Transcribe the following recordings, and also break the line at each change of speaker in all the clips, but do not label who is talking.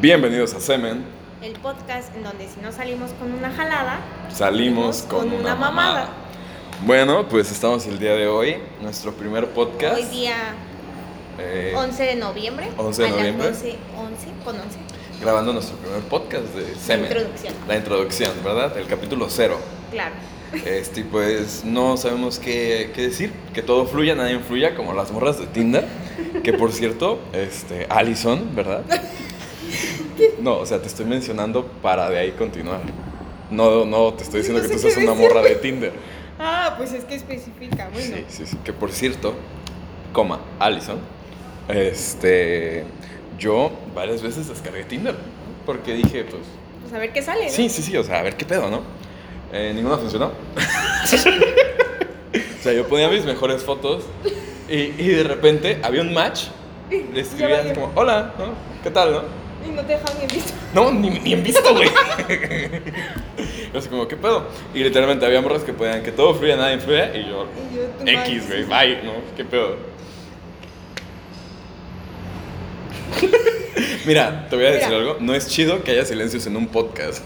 Bienvenidos a Semen.
El podcast en donde si no salimos con una jalada,
Salimos con, una, mamada. Bueno, pues estamos el día de hoy, nuestro primer podcast.
hoy día
eh,
11 de noviembre.
11 de
a las
noviembre.
11, 11, con 11.
Grabando nuestro primer podcast de Semen.
introducción.
La introducción, ¿verdad? El capítulo cero.
Claro.
Este, pues no sabemos qué, qué decir. Que todo fluya, nadie influya, como las morras de Tinder. Que por cierto, este, Allison, ¿verdad? No, o sea, te estoy mencionando para de ahí continuar. No, no, te estoy diciendo
No
que
sé
tú
qué
seas una
decir,
morra de Tinder.
Ah, pues es que especifica. Bueno,
Sí, sí, sí. Que por cierto, coma, Allison, este, yo varias veces descargué Tinder porque dije, pues,
pues a ver qué sale. ¿no?
sí, sí, sí, o sea, a ver qué pedo, ¿no? Eh, ninguna funcionó. o sea, yo ponía mis mejores fotos y, y de repente había un match. Le escribía así
valió.
como, hola, ¿no? ¿qué tal, no?
Y no te dejan ni en visto.
No, ni, ni en visto, güey. Yo así como, ¿qué pedo? Y literalmente había morras que podían que todo fluya, nada influya, y yo,
Y yo, tu
X,
madre.
güey, bye, ¿no? ¿Qué pedo? Mira, te voy a decir
Mira.
algo. No es chido que haya silencios en un podcast.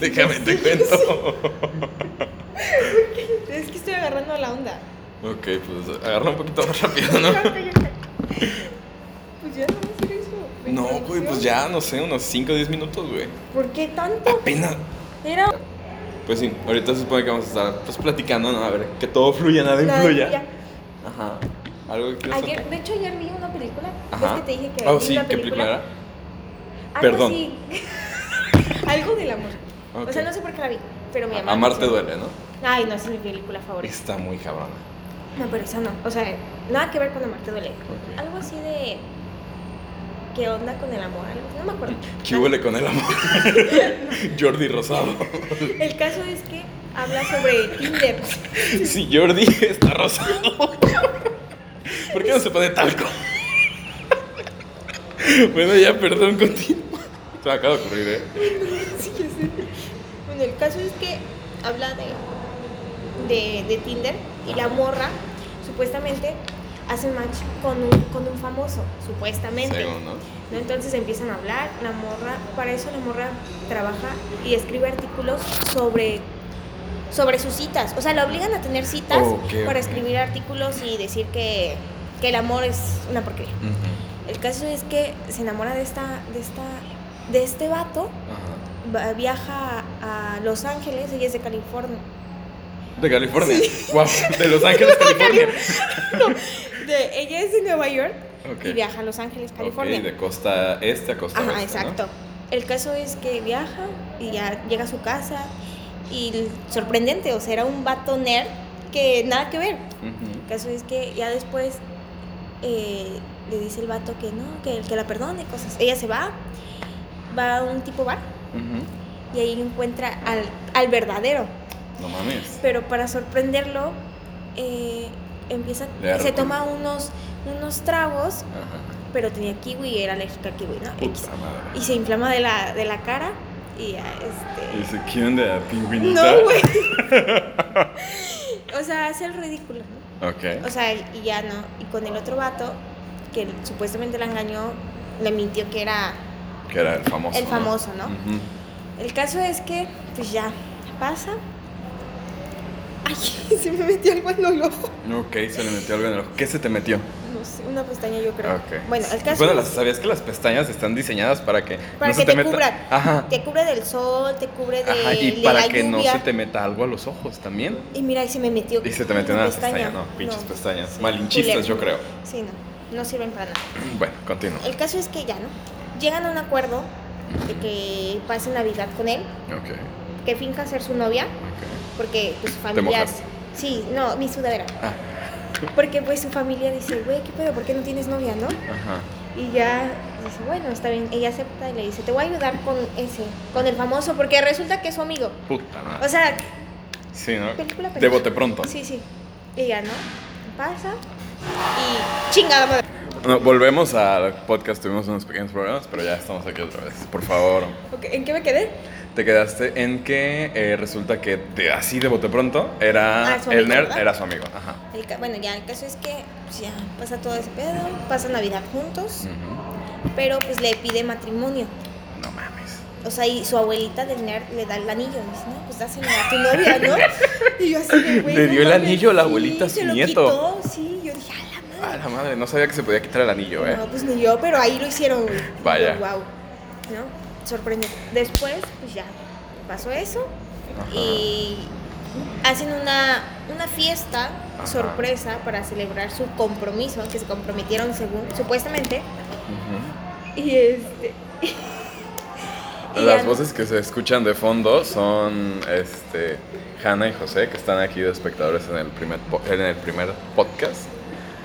Déjame te cuento.
Es que estoy agarrando la onda.
ok, pues agarra un poquito más rápido, ¿no?
Pues ya, vamos a hacer eso.
No, güey, pues ya, no sé, unos 5 o 10 minutos, güey.
¿Por qué tanto?
Apenas.
Era
Pues sí, ahorita se supone que vamos a estar pues platicando, ¿no? A ver, que todo fluya, nada
una
influya. Ajá. Algo que quieras
Ayer,
contar?
de hecho, ayer vi una película.
Ajá.
Es que te dije que
Oh,
vi
sí,
una
¿qué película era?
Algo
Perdón.
así. Algo del amor.
Ok.
O sea, no sé por qué la vi, pero mi mamá.
Amarte
sí.
duele, ¿no?
Ay, no, esa es mi película favorita.
Está muy cabrona.
No, pero esa no. O sea, nada que ver con Amarte duele.
Ok.
Algo así de. ¿Qué onda con el amor? Algo así, No me acuerdo.
¿Qué huele con el amor? Jordi Rosado.
El caso es que habla sobre Tinder.
Si Jordi está rosado, ¿por qué no se pone talco? Bueno, ya, perdón, continúa. Se me acaba de ocurrir, ¿eh?
Sí, ya sé. Bueno, el caso es que habla de, de, de Tinder y la morra supuestamente hace match con un, con un famoso, supuestamente.
Según, ¿no?
¿no? Entonces empiezan a hablar, la morra, para eso la morra trabaja y escribe artículos sobre, sobre sus citas. O sea, la obligan a tener citas
Ok,
para
ok.
escribir artículos y decir que, que el amor es una porquería. El caso es que se enamora de esta, de esta, de este vato
Ajá.
va- viaja a Los Ángeles, ella es de California.
De California. Guau, de Los Ángeles, California.
De- ella es de Nueva York
Ok.
y viaja a Los Ángeles, California.
Ok, de costa este a costa
Ajá,
oeste, ¿no?
exacto. El caso es que viaja y ya llega a su casa y l- sorprendente, o sea, era un vato nerd que nada que ver. El
Ujú.
caso es que ya después eh, le dice el vato que no, que, que la perdone, cosas. Ella se va, va a un tipo bar
Ujú.
y ahí encuentra al, al verdadero.
No mames.
pero para sorprenderlo eh, empieza
Le da
se
recuerdo.
toma unos unos tragos
Ajá.
pero tenía kiwi y era alérgica al kiwi no X.
Puta madre.
y se inflama de la de la cara y ya este
Dice, ¿qué onda, pingüinita?
no güey o sea hace el ridículo ¿no?
Ok.
o sea y ya no y con el otro vato que supuestamente la engañó le mintió que era
Que era el famoso.
El famoso, ¿no?
Ujú.
el caso es que pues ya pasa ay se me metió algo en el ojo
Ok, se le metió algo en el ojo. ¿Qué se te metió? Ah,
No sé, una pestaña yo creo.
Ok.
Bueno, el caso
Bueno,
es
las- ¿sabías que las pestañas están diseñadas para que
para
no
que
se te
te,
meta?
cubran.
Ajá.
Te cubre del sol, te cubre de,
Ajá,
de
y
la
para que no
lluvia.
se te meta algo a los ojos también.
Y mira, y se me metió.
Y se te metió
una
una pestaña, no, pinches pestañas. Malinchistas,
Culero.
yo creo.
Sí, no, no sirven para nada.
Bueno, continúa.
El caso es que ya, ¿no? Llegan a un acuerdo de que pase Navidad con él,
Ok,
que finca ser su novia,
ok.
porque pues su familia...
mojas.
Sí, no, mi sudadera.
Ah,
Porque pues su familia dice, güey, ¿qué pedo? ¿Por qué no tienes novia, no?
ajá.
Y ya dice, bueno, está bien. Ella acepta y le dice, te voy a ayudar con ese, con el famoso, porque resulta que es su amigo.
Puta madre.
O sea,
sí, ¿no?
película pendeja.
De bote pronto.
sí, sí. Y ya, ¿no? Pasa. Y chingada madre.
No, volvemos al podcast, tuvimos unos pequeños problemas, pero ya estamos aquí otra vez. Por favor.
Ok, ¿En qué me quedé?
Te quedaste en que eh, resulta que de, así de bote pronto era
Ah, su
el
amigo,
nerd,
¿verdad?
era su amigo. Ajá.
El ca- bueno, ya el caso es que pues, ya pasa todo ese pedo, pasa Navidad juntos,
Ujú.
pero pues le pide matrimonio. O sea, y su abuelita del nerd le da el anillo. Y dice, no, pues dáselo a tu novia, ¿no? Y yo así de, güey.
Le
no
dio el
mames,
anillo a la abuelita a
sí,
su
se lo
nieto. Ah,
Quitó, sí, yo dije, a la
A
madre.
la madre, no sabía que se podía quitar el anillo, ¿eh?
No, pues ni yo, pero ahí lo hicieron, güey.
Vaya.
Wow. ¿No? Sorprendente. Después, pues ya, pasó eso.
Ajá.
Y hacen una, una fiesta
Ajá.
sorpresa para celebrar su compromiso, que se comprometieron según, supuestamente.
Ujú.
Y este. y
Las
ya-
voces que se escuchan de fondo son este, Hanna y José, que están aquí de espectadores en el primer, po- en el primer podcast.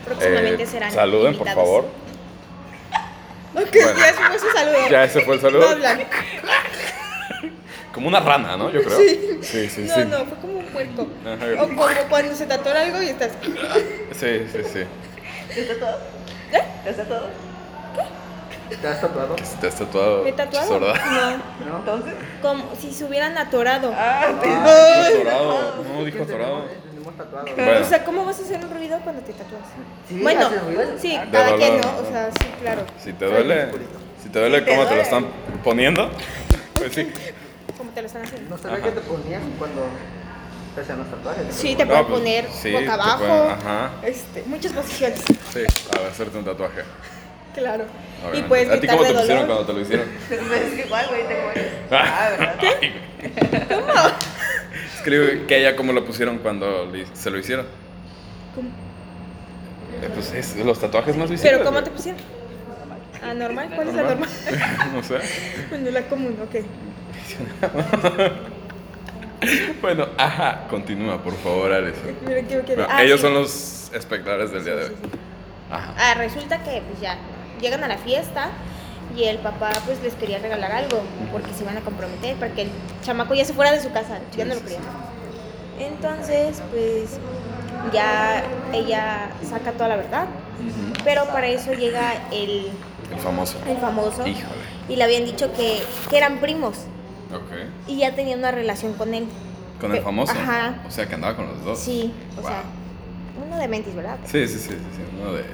Próximamente
Eh,
serán.
saluden,
invitados.
por favor.
Ok,
Bueno.
ya se fue su saludo.
Ya ese fue el saludo.
No hablan.
Como una rana, ¿no? Yo creo.
Sí.
sí, sí.
no,
sí.
no, fue como un puerco.
Ajá.
O como cuando se te atora algo y estás.
Sí, sí, sí.
¿Está todo? ¿Te has tatuado? ¿Te has tatuado?
Que si te has tatuado.
¿Me he tatuado?
Pues, sorda.
No.
¿No? Entonces.
Como si se hubieran atorado.
Ah, te-
Ay.
dijo atorado. No, dijo atorado.
Tenemos tatuado.
Bueno.
O sea, ¿cómo vas a hacer un ruido cuando te tatúas?
Sí,
bueno,
haces ruido.
sí,
Ah,
cada
dolor,
quien, ¿no?
¿no?
O sea, sí, claro.
Si te duele, si te duele
Si te
cómo te lo
duele.
están poniendo, pues sí.
Como te lo están haciendo.
No sabía
Ajá.
que te ponían cuando te hacían los tatuajes.
Sí, te
No,
pueden
pues,
poner
sí, te
boca abajo.
pueden- ajá.
Este, muchas posiciones,
Sí, a ver, hacerte un tatuaje.
claro. Y
obviamente.
puedes
¿A ti cómo te
gritar de
pusieron cuando
dolor.
te lo hicieron?
Es que igual, güey, te mueres. Ah, ¿verdad?
Ay, güey. Escribe que a ella cómo lo pusieron cuando le- se lo hicieron.
¿Cómo?
Eh, pues es los tatuajes más visibles.
¿Pero cómo te
güey.
pusieron? Ah, normal. ¿Cuál es la normal?
no sé.
Bueno, la común, ok.
Bueno, ajá, continúa, por favor, Alison.
Mira, quiero que...
Bueno,
ah,
ellos
sí.
son los espectadores del día de
Sí,
hoy.
sí, sí.
Ajá.
Ah, resulta que pues ya llegan a la fiesta y el papá pues les quería regalar algo porque se iban a comprometer para que el chamaco ya se fuera de su casa, ya no lo quería. Entonces, pues ya ella saca toda la verdad,
Ujú.
pero para eso llega el,
El famoso.
el famoso
Híjole.
y le habían dicho que, que eran primos
Ok.
y ya tenían una relación con él.
Con el
Pe-
famoso.
Ajá.
O sea, que andaba con los dos.
Sí, o
Wow.
sea, uno de mentis, ¿verdad?
Sí, sí, sí, sí, sí, uno de, de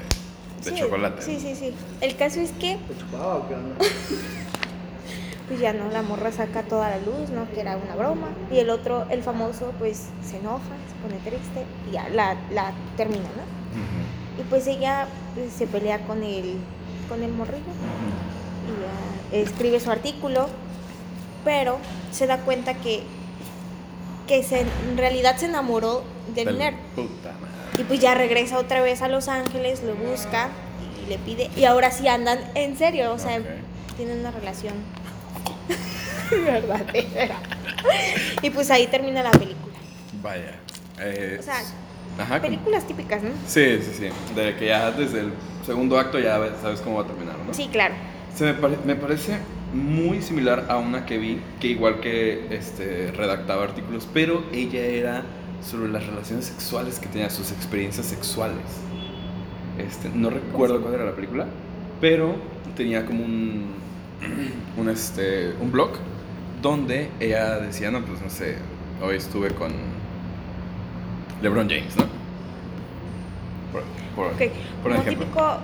Sí,
chocolate.
Sí, sí, sí. El caso es que
¿Te chupaba o qué onda?
pues ya no, la morra saca toda la luz, ¿no? Que era una broma. Y el otro, el famoso, pues se enoja, se pone triste y ya la, la termina,
Ujú.
¿no? Y pues ella pues, se pelea con el, con el morrillo y ya escribe su artículo, pero se da cuenta que, que se, en realidad se enamoró del,
Del-
nerd.
Puta madre.
Y pues ya regresa otra vez a Los Ángeles, lo busca y le pide. Y ahora sí andan en serio, o sea,
Ok.
tienen una relación verdadera. y pues ahí termina la película.
Vaya. Eh,
O sea,
ajá, con-
Películas típicas, ¿no?
Sí, sí, sí. De que ya desde el segundo acto ya ves- sabes cómo va a terminar, ¿no?
Sí, claro.
Se me, pare- me parece muy similar a una que vi, que igual que este, redactaba artículos, pero ella era sobre las relaciones sexuales que tenía, sus experiencias sexuales. Este, no recuerdo cuál era la película, pero tenía como un, un, este, un blog donde ella decía, no, pues no sé, hoy estuve con LeBron James, ¿no? Por, por-
Ok,
por
como
ejemplo.
típico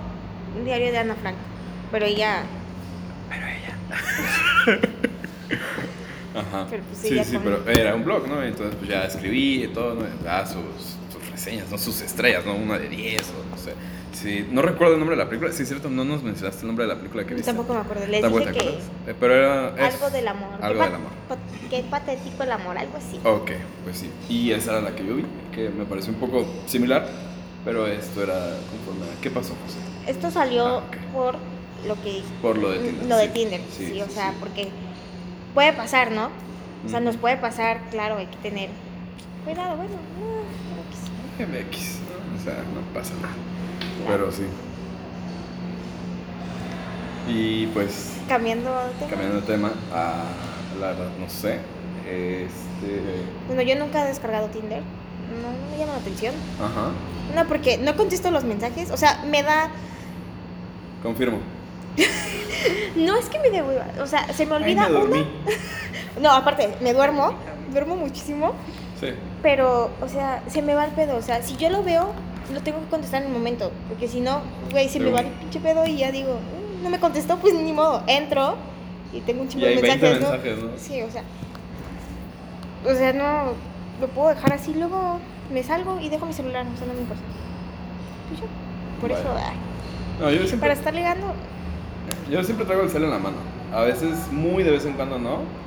diario de Ana Frank. Pero ella,
Ajá.
Pero, pues,
sí,
ella
sí,
con-
pero era un blog, ¿no? Entonces pues ya escribí y todo, ¿no? Ah, sus, sus reseñas, ¿no? Sus estrellas, ¿no? Una de 10 o no sé. Sí, no recuerdo el nombre de la película. Sí, es cierto, no nos mencionaste el nombre de la película que viste.
tampoco me acuerdo, les
¿Tampoco
dije
te
que
acuerdas? Eh, pero era... es
algo del amor. Qué
Algo
pa-
del amor.
pa- Qué patético el amor, algo así.
Ok, pues sí. Y esa era la que yo vi, que me pareció un poco similar, pero esto era conforme a... ¿Qué pasó, José?
Esto salió
Ah, ok.
por lo que
Por lo de Tinder.
Mm, lo de
sí.
Tinder, sí, o sea, porque puede pasar, ¿no? O sea,
Ujú.
nos puede pasar, claro, hay que tener cuidado, bueno, mm, no, creo que sí.
MX, ¿no? o sea, no pasa nada.
Claro.
Pero sí. Y pues,
Cambiando de tema.
cambiando de tema, a la verdad, no sé. Este.
Bueno, yo nunca he descargado Tinder, no, no me llama la atención.
Ajá,
No, porque no contesto los mensajes, o sea, me da,
confirmo.
no es que me dé hueva, o sea, se me
Ahí
olvida
me dormí.
uno. No, aparte, me duermo, duermo muchísimo,
Sí,
pero, o sea, se me va el pedo, o sea, si yo lo veo, lo tengo que contestar en el momento, porque si no, güey, se me va el pinche pedo y ya digo, "Mm, no me contestó, pues ni modo, entro, y tengo un chingo
Y hay
de
20
mensajes, ¿no?
mensajes, ¿no?
Sí, o sea. O sea, no lo puedo dejar así, luego me salgo y dejo mi celular, o sea, no me importa. Pues ya. Por eso,
Vale.
ay,
No, yo siempre,
para estar ligando,
yo siempre traigo el cel en la mano. A veces, muy de vez en cuando no.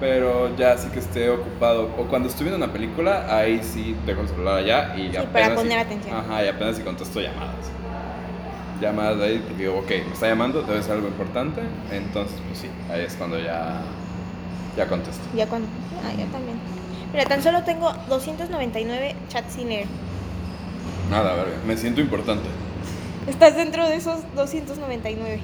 Pero ya sí que esté ocupado. O cuando estoy viendo una película, ahí sí dejo el celular allá y
Sí,
ya
para poner atención.
Ajá, y apenas si contesto llamadas. Llamadas de ahí, porque digo, ok, me está llamando, debe ser algo importante. Entonces, pues sí, ahí es cuando ya, ya contesto.
ya cuando. Ah, yo también. Mira, tan solo tengo 299 chats sin leer.
Nada, verga, me siento importante.
Estás dentro de esos 299.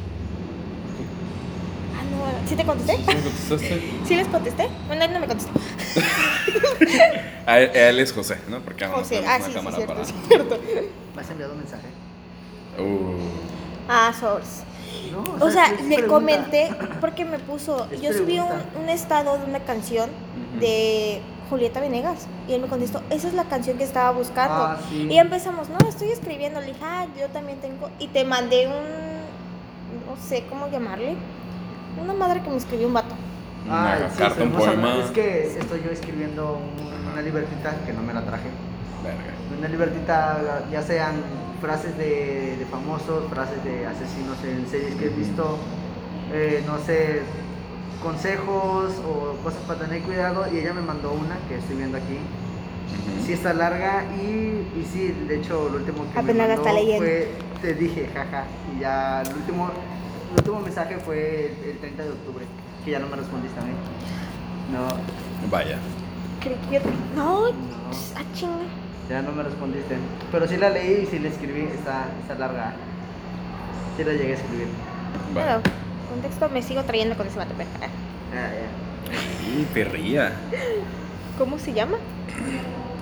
Ah, no, ¿sí te contesté?
¿Sí me contestaste?
¿Sí les contesté? Bueno, él no me contestó.
A él, él es José, ¿no? Porque vamos
José,
tenemos
ah,
una
sí, sí,
cámara
cierto,
para.
sí, cierto.
¿Me has enviado un mensaje?
Uh,
Ah, Source.
No,
O sea,
es
le
pregunta.
comenté porque me puso.
Es
Yo subí un,
pregunta.
un estado de una canción
Mm.
de Julieta Venegas y él me contestó: Esa es la canción que estaba buscando.
Ah, sí.
Y empezamos: No, estoy escribiendo. Le dije: Ah, yo también tengo. Y te mandé un. No sé cómo llamarle. Una madre que me escribió un vato.
una
Ay, Ah, sí,
carta, un
estuvimos hablando.
poema.
Es que estoy yo escribiendo un- una libertita que no me la traje.
Verga.
Una libertita, ya sean frases de, de famosos, frases de asesinos en series que he visto, eh, no sé, consejos o cosas para tener cuidado. Y ella me mandó una que estoy viendo aquí.
Ujú.
Sí está larga y, y sí, de hecho, lo último que
Apenas la
me
está
mandó
leyendo.
fue, te dije, jaja, y ya el último, el último mensaje fue el, el 30 de octubre, que ya no me respondiste a mí. No,
Vaya.
Creí que yo- No,
No.
pss, ah, chinga.
ya no me respondiste, pero sí la leí y sí la escribí, está, está larga, sí la llegué a escribir.
Vaya.
Bueno, contexto: me sigo trayendo con ese vato. pero, ah,
Ah, ya.
Sí, perría.
¿Cómo se llama?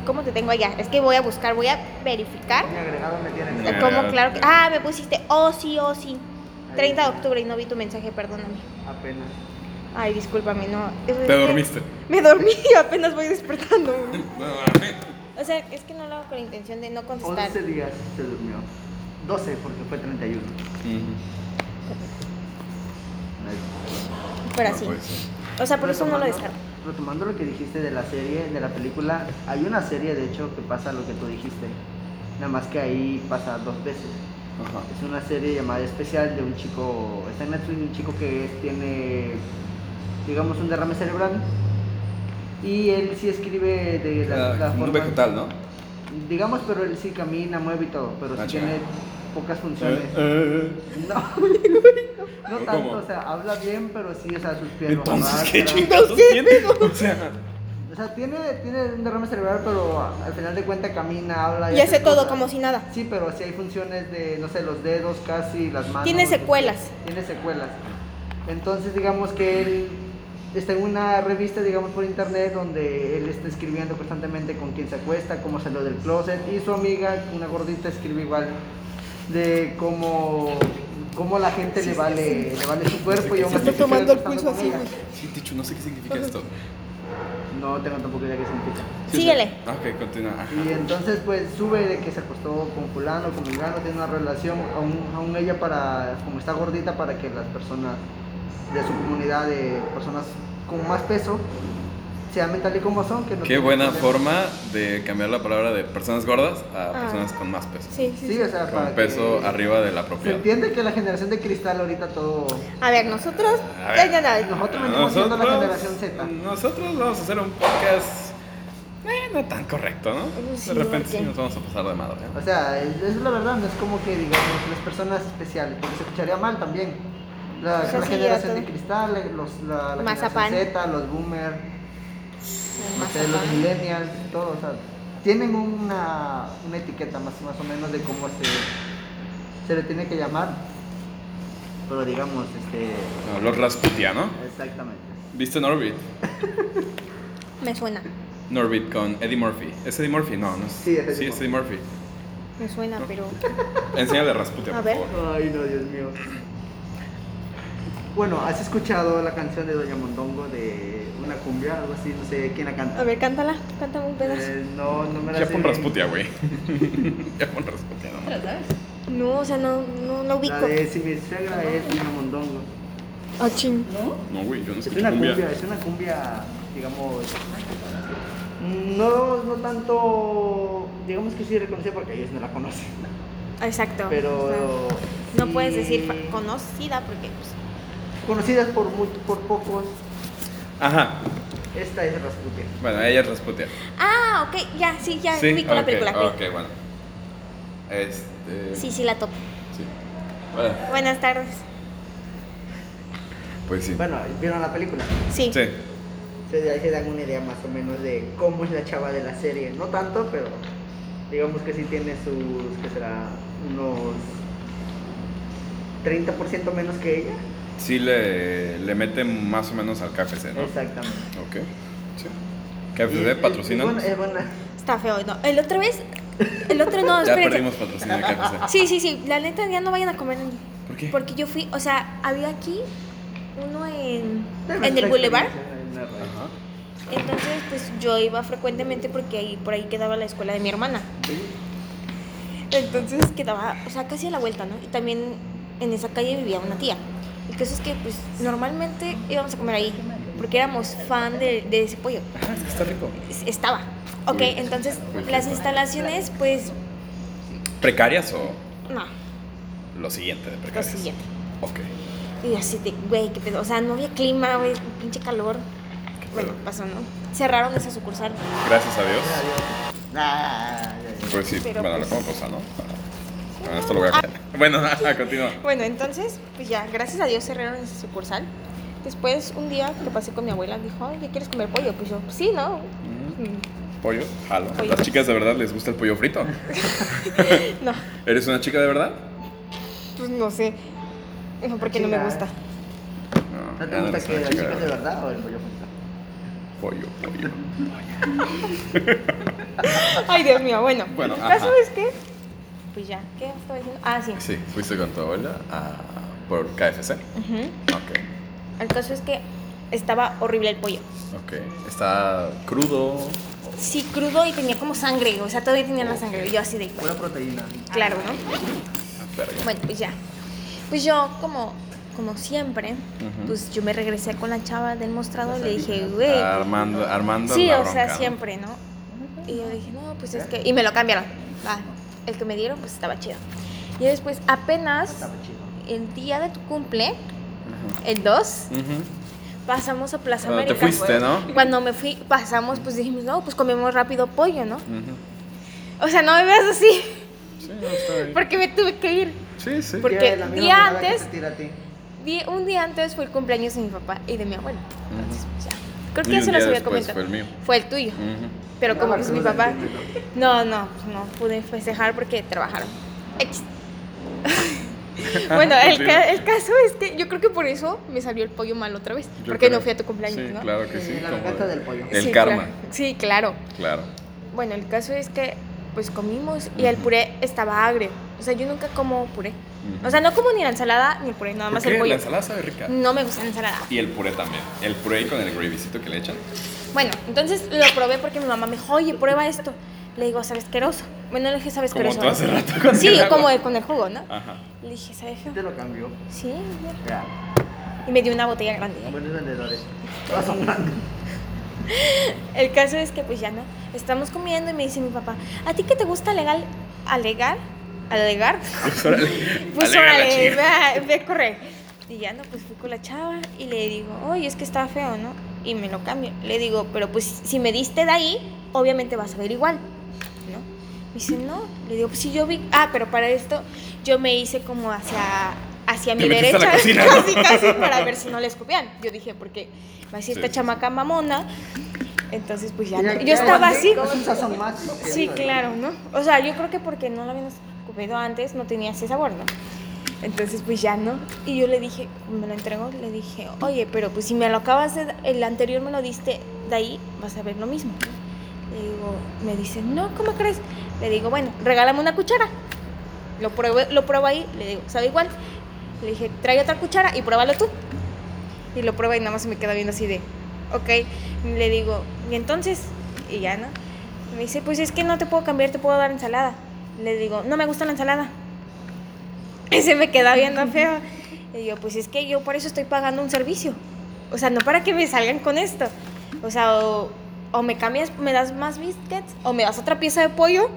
¿Cómo te tengo allá? Es que voy a buscar, voy a verificar.
Mi agregado me tiene
Ya.
¿Cómo? Claro que... Ah, me pusiste, oh sí, oh sí. 30 de octubre y no vi tu mensaje, perdóname.
apenas.
Ay, discúlpame, no. es-
Te
es que
dormiste.
Me dormí, apenas voy despertando.
Bueno, mami.
O sea, es que no lo hago con la intención de no contestar.
11 días se durmió, 12 porque fue 31.
Ujú.
Pero
No,
así.
pues,
O sea, Ah, por eso no lo
Retomando-
descargo.
Retomando lo que dijiste de la serie, de la película, hay una serie de hecho que pasa lo que tú dijiste, nada más que ahí pasa dos veces.
Ajá.
Es una serie llamada especial de un chico, está en Netflix, un chico que es- tiene, digamos, un derrame cerebral y él sí escribe de la, la
Ah, como un
forma-
vegetal, ¿no?
digamos, pero él sí camina, mueve y todo, pero sí
Ah, chinga.
tiene pocas funciones.
Eh, eh.
No, no
¿Cómo?
tanto, o sea, habla bien, pero sí, o sea, sus piernas.
Entonces, ¿qué
arrastran.
chingados tiene? O sea,
O sea, tiene, tiene un derrame cerebral, pero al final de cuentas camina, habla.
Y hace todo
cosas.
como si nada.
Sí, pero sí hay funciones de, no sé, los dedos casi, las manos.
Tiene secuelas.
Tiene secuelas. Entonces, digamos que él está en una revista, digamos, por internet, donde él está escribiendo constantemente con quién se acuesta, cómo salió del closet, y su amiga, una gordita, escribe igual de cómo, cómo la gente le, vale, le vale su cuerpo. y aún
Se
así
está
se
tomando el
queda
pulso
acostando con
así,
ella.
sí, Tichu, no sé qué significa esto.
No tengo tampoco idea qué significa.
Sí, o
Síguele.
sea, Ok, continúa. Ajá.
Y entonces pues sube de que se acostó con fulano, con fulano, tiene una relación, aún, aún ella para, como está gordita, para que las personas de su comunidad, de personas con más peso, sean mental y como son. Que no
Qué
tienen
buena
problemas.
forma de cambiar la palabra de personas gordas a
Ah.
personas con más peso.
Sí, sí.
Sí, o sea, para
Con peso
que-
arriba de la
Se
propiedad.
entiende que la generación de cristal ahorita todo...
A ver, nosotros.
A ver.
Ya, ya, ya.
Nosotros venimos siendo la generación Z.
Nosotros vamos a hacer un podcast eh, no tan correcto, ¿no?
Sí,
Pues
de repente
oye.
sí nos vamos a pasar de madre. ¿eh?
O sea, es, es la verdad, no es como que digamos las personas especiales, porque se escucharía mal también. La,
O sea,
la
sí,
generación
Pues ya
de
todo.
cristal, los, la, la
Mazapán.
generación Z, los boomers. no sé, Este, los
Mazapán.
millennials, todo, o sea, tienen una, una etiqueta más, más o menos de cómo se, se le tiene que llamar, pero digamos, este,
No, los Rasputia, ¿no?
exactamente.
¿Viste Norbit?
Me suena.
Norbit con Eddie Murphy. ¿Es Eddie Murphy? No, no es.
Sí, es Eddie Murphy.
Murphy.
Me suena, pero.
Enséñale Rasputia,
A
por
ver.
favor.
Ay, no, Dios mío. Bueno, ¿has escuchado la canción de Doña Mondongo de una cumbia, algo así? No sé quién la canta.
A ver, cántala. Cántame un pedazo.
Eh, no, no me la
Ya
sé
pon
bien.
Rasputia, güey. ya pon Rasputia, no mames.
No, o sea, no, no, no ubico.
La de Si mi suegra es Doña Mondongo.
Ah, ching.
¿No?
No, güey, yo no
Es
escucho
una cumbia.
cumbia.
es una cumbia, digamos. No, no tanto. Digamos que sí reconocida porque ellos no la conocen.
Exacto. O sea,
Pero.
no
sí
puedes decir fa- conocida porque pues,
Conocidas por, muy, por pocos.
Ajá.
Esta es Rasputia.
Bueno, ella es Rasputia.
Ah, ok, ya, sí, ya
sí,
ubico la
ok,
película.
Ok,
ok.
bueno. Este.
Sí, sí, la topo.
sí. Bueno,
Buenas tardes.
pues sí.
Bueno, vieron la película.
Sí.
Sí.
Entonces de ahí se dan una idea más o menos de cómo es la chava de la serie. No tanto, pero digamos que sí tiene sus, que será unos 30% menos que ella.
Sí le, le mete más o menos al KFC, ¿no?
Exactamente.
Ok. Sí.
Y-
KFC,
y-
patrocina.
y bueno, eh, es buena.
Está feo, no. El otro vez. El otro no,
Ya
espérense.
perdimos patrocinio de KFC.
Sí, sí, sí. La neta ya no vayan a comer ahí.
¿Por qué?
Porque yo fui, o sea, había aquí uno en,
Pero
en
es
el
una
boulevard.
experiencia, es una raíz.
Ajá.
Entonces, pues yo iba frecuentemente porque ahí por ahí quedaba la escuela de mi hermana. Entonces quedaba, o sea, casi a la vuelta, ¿no? Y también en esa calle vivía una tía. El caso es que, pues, normalmente íbamos a comer ahí, porque éramos fan de, de ese pollo.
Ajá, Ah, es que está rico.
Es- Estaba. Ok,
Uy.
entonces
Uy, qué
las
bueno.
instalaciones, pues,
¿Precarias o
no,
lo siguiente de
lo
precarias?
siguiente.
Ok.
Y yo así de, güey, qué pedo. O sea, no había clima, güey, pinche calor. Bueno,
pedo.
pasó, ¿no? Cerraron esa sucursal.
Gracias a Dios.
Ah, ya, ya, ya.
Pues sí,
Pero
bueno,
pues- Ah.
lo como cosa, ¿no? Bueno, esto lo voy a comer. Bueno, continúa.
Bueno, entonces, pues ya, gracias a Dios cerraron esa sucursal. Después, un día que pasé con mi abuela, dijo, oye, ¿quieres comer pollo? Pues yo, sí, ¿no? Mm,
Pollo, jalo.
Pollo.
¿Las chicas de verdad les gusta el pollo frito?
No,
¿Eres una chica de verdad?
pues no sé. Dijo, porque no me gusta.
No,
¿No te
ya no
gusta
eres
que
una
las
chica de
chicas de
verdad.
verdad o el pollo frito?
Pollo, pollo.
Ay, Dios mío, bueno.
Bueno,
el caso
ajá.
es que, pues ya, ¿qué estaba diciendo? Ah, sí.
Sí, fuiste con tu abuela a- por KFC.
Ujú.
Ok.
El caso es que estaba horrible el pollo.
Ok. Está crudo.
Sí, crudo y tenía como sangre, o sea, todavía tenía la sangre. Y Yo así de,
Pura proteína.
claro, ¿no?
Verga.
Bueno, pues ya. Pues yo, como, como siempre,
Ujú.
pues yo me regresé con la chava del mostrador y le dije, güey.
Armando, Armando.
Sí,
la
o sea,
bronca, ¿no?
siempre, ¿no? Y yo dije, no, pues es que. Y me lo cambiaron. Va, El que me dieron, pues estaba chido. Y después, apenas
Estaba chido.
el día de tu cumple, el 2,
Ujú.
pasamos a Plaza
Cuando te
América.
fuiste, ¿no?
Cuando me fui, pasamos, pues dijimos, no, pues comemos rápido pollo, ¿no?
Ujú.
O sea, no me veas así,
Sí, no, está bien.
porque me tuve que ir.
Sí, sí.
Porque
Tira de la misma
día
mirada que
antes-
te tira a ti.
Di- Un día antes fue el cumpleaños de mi papá y de mi abuelo. Entonces, pues, ya. Creo
Y
que
un
eso los
día
había
después
comentado.
fue el mío.
Fue el tuyo.
Ujú.
Pero
No,
como
Marcelo,
pues mi
no
papá...
entiendo.
No, no, pues, no pude festejar porque trabajaron. X. bueno, el, ca- el caso es que yo creo que por eso me salió el pollo mal otra vez.
Yo
porque
creo-
no fui a tu cumpleaños,
sí,
¿no?
Claro que
Sí,
sí.
Eh, la
como
venganza
de-
del pollo.
El
Sí,
karma.
claro. Sí, claro.
Claro.
Bueno, el caso es que pues comimos y el puré estaba agrio. O sea, yo nunca como puré. O sea, no como ni la ensalada ni el puré, nada
¿Por
más
qué?
el pollo. Mm.
La ensalada sabe rica.
No me gusta la ensalada.
Y el puré también. El puré con el gravycito que le echan.
Bueno, entonces lo probé porque mi mamá me dijo, oye, prueba esto. Le digo, sabe asqueroso. Bueno, le dije, sabe
Como
asqueroso.
tú hace rato con
Sí,
el agua.
como el- con el jugo, ¿no?
Ajá.
Le dije, ¿sabe feo?
Te lo cambió.
Sí. ya.
Ya.
Y me dio una botella grande. ¿eh?
Buenos vendedores. Todos son grandes.
El caso es que pues ya no. Estamos comiendo y me dice mi papá, ¿a ti qué te gusta legal? ¿Alegar? ¿Alegar?
Pues órale.
Pues
Alega la
órale, ve,
chica.
a- ve a correr. Y ya no, pues fui con la chava y le digo, oye, es que está feo, ¿no? Y me lo cambio. Le digo, pero pues si me diste de ahí, obviamente vas a ver igual, ¿no? Me dice, no. Le digo, pues si yo vi, ah, pero para esto yo me hice como hacia, hacia
Te
mi
metiste
derecha,
a la cocina, ¿no?
casi, casi, para ver si no le escupían. Yo dije, porque va a decir
Sí,
esta
sí,
chamaca mamona. Entonces, pues ya,
Ya-
no.
ya
Yo estaba
mandé,
así.
¿cómo es un sazón más?
Sí,
Ok,
claro, ¿no? O sea, yo creo que porque no lo habíamos comido antes, no tenía ese sabor, ¿no? Entonces, pues ya no. Y yo le dije, me lo entregó, le dije, oye, pero pues si me lo acabas de, da- el anterior me lo diste, de ahí vas a ver lo mismo. ¿no? Le digo, me dice, no, ¿cómo crees? Le digo, bueno, regálame una cuchara. Lo pruebo, lo pruebo ahí, le digo, sabe igual. Le dije, trae otra cuchara y pruébalo tú. Y lo prueba y nada más se me queda viendo así de, ok. Le digo, ¿y entonces? Y ya, ¿no? Me dice, pues es que no te puedo cambiar, te puedo dar ensalada. Le digo, no me gusta la ensalada. Y se me queda viendo feo. Y yo, pues es que yo por eso estoy pagando un servicio. O sea, no para que me salgan con esto. O sea, o, o me cambias, me das más biscuits o me das otra pieza de pollo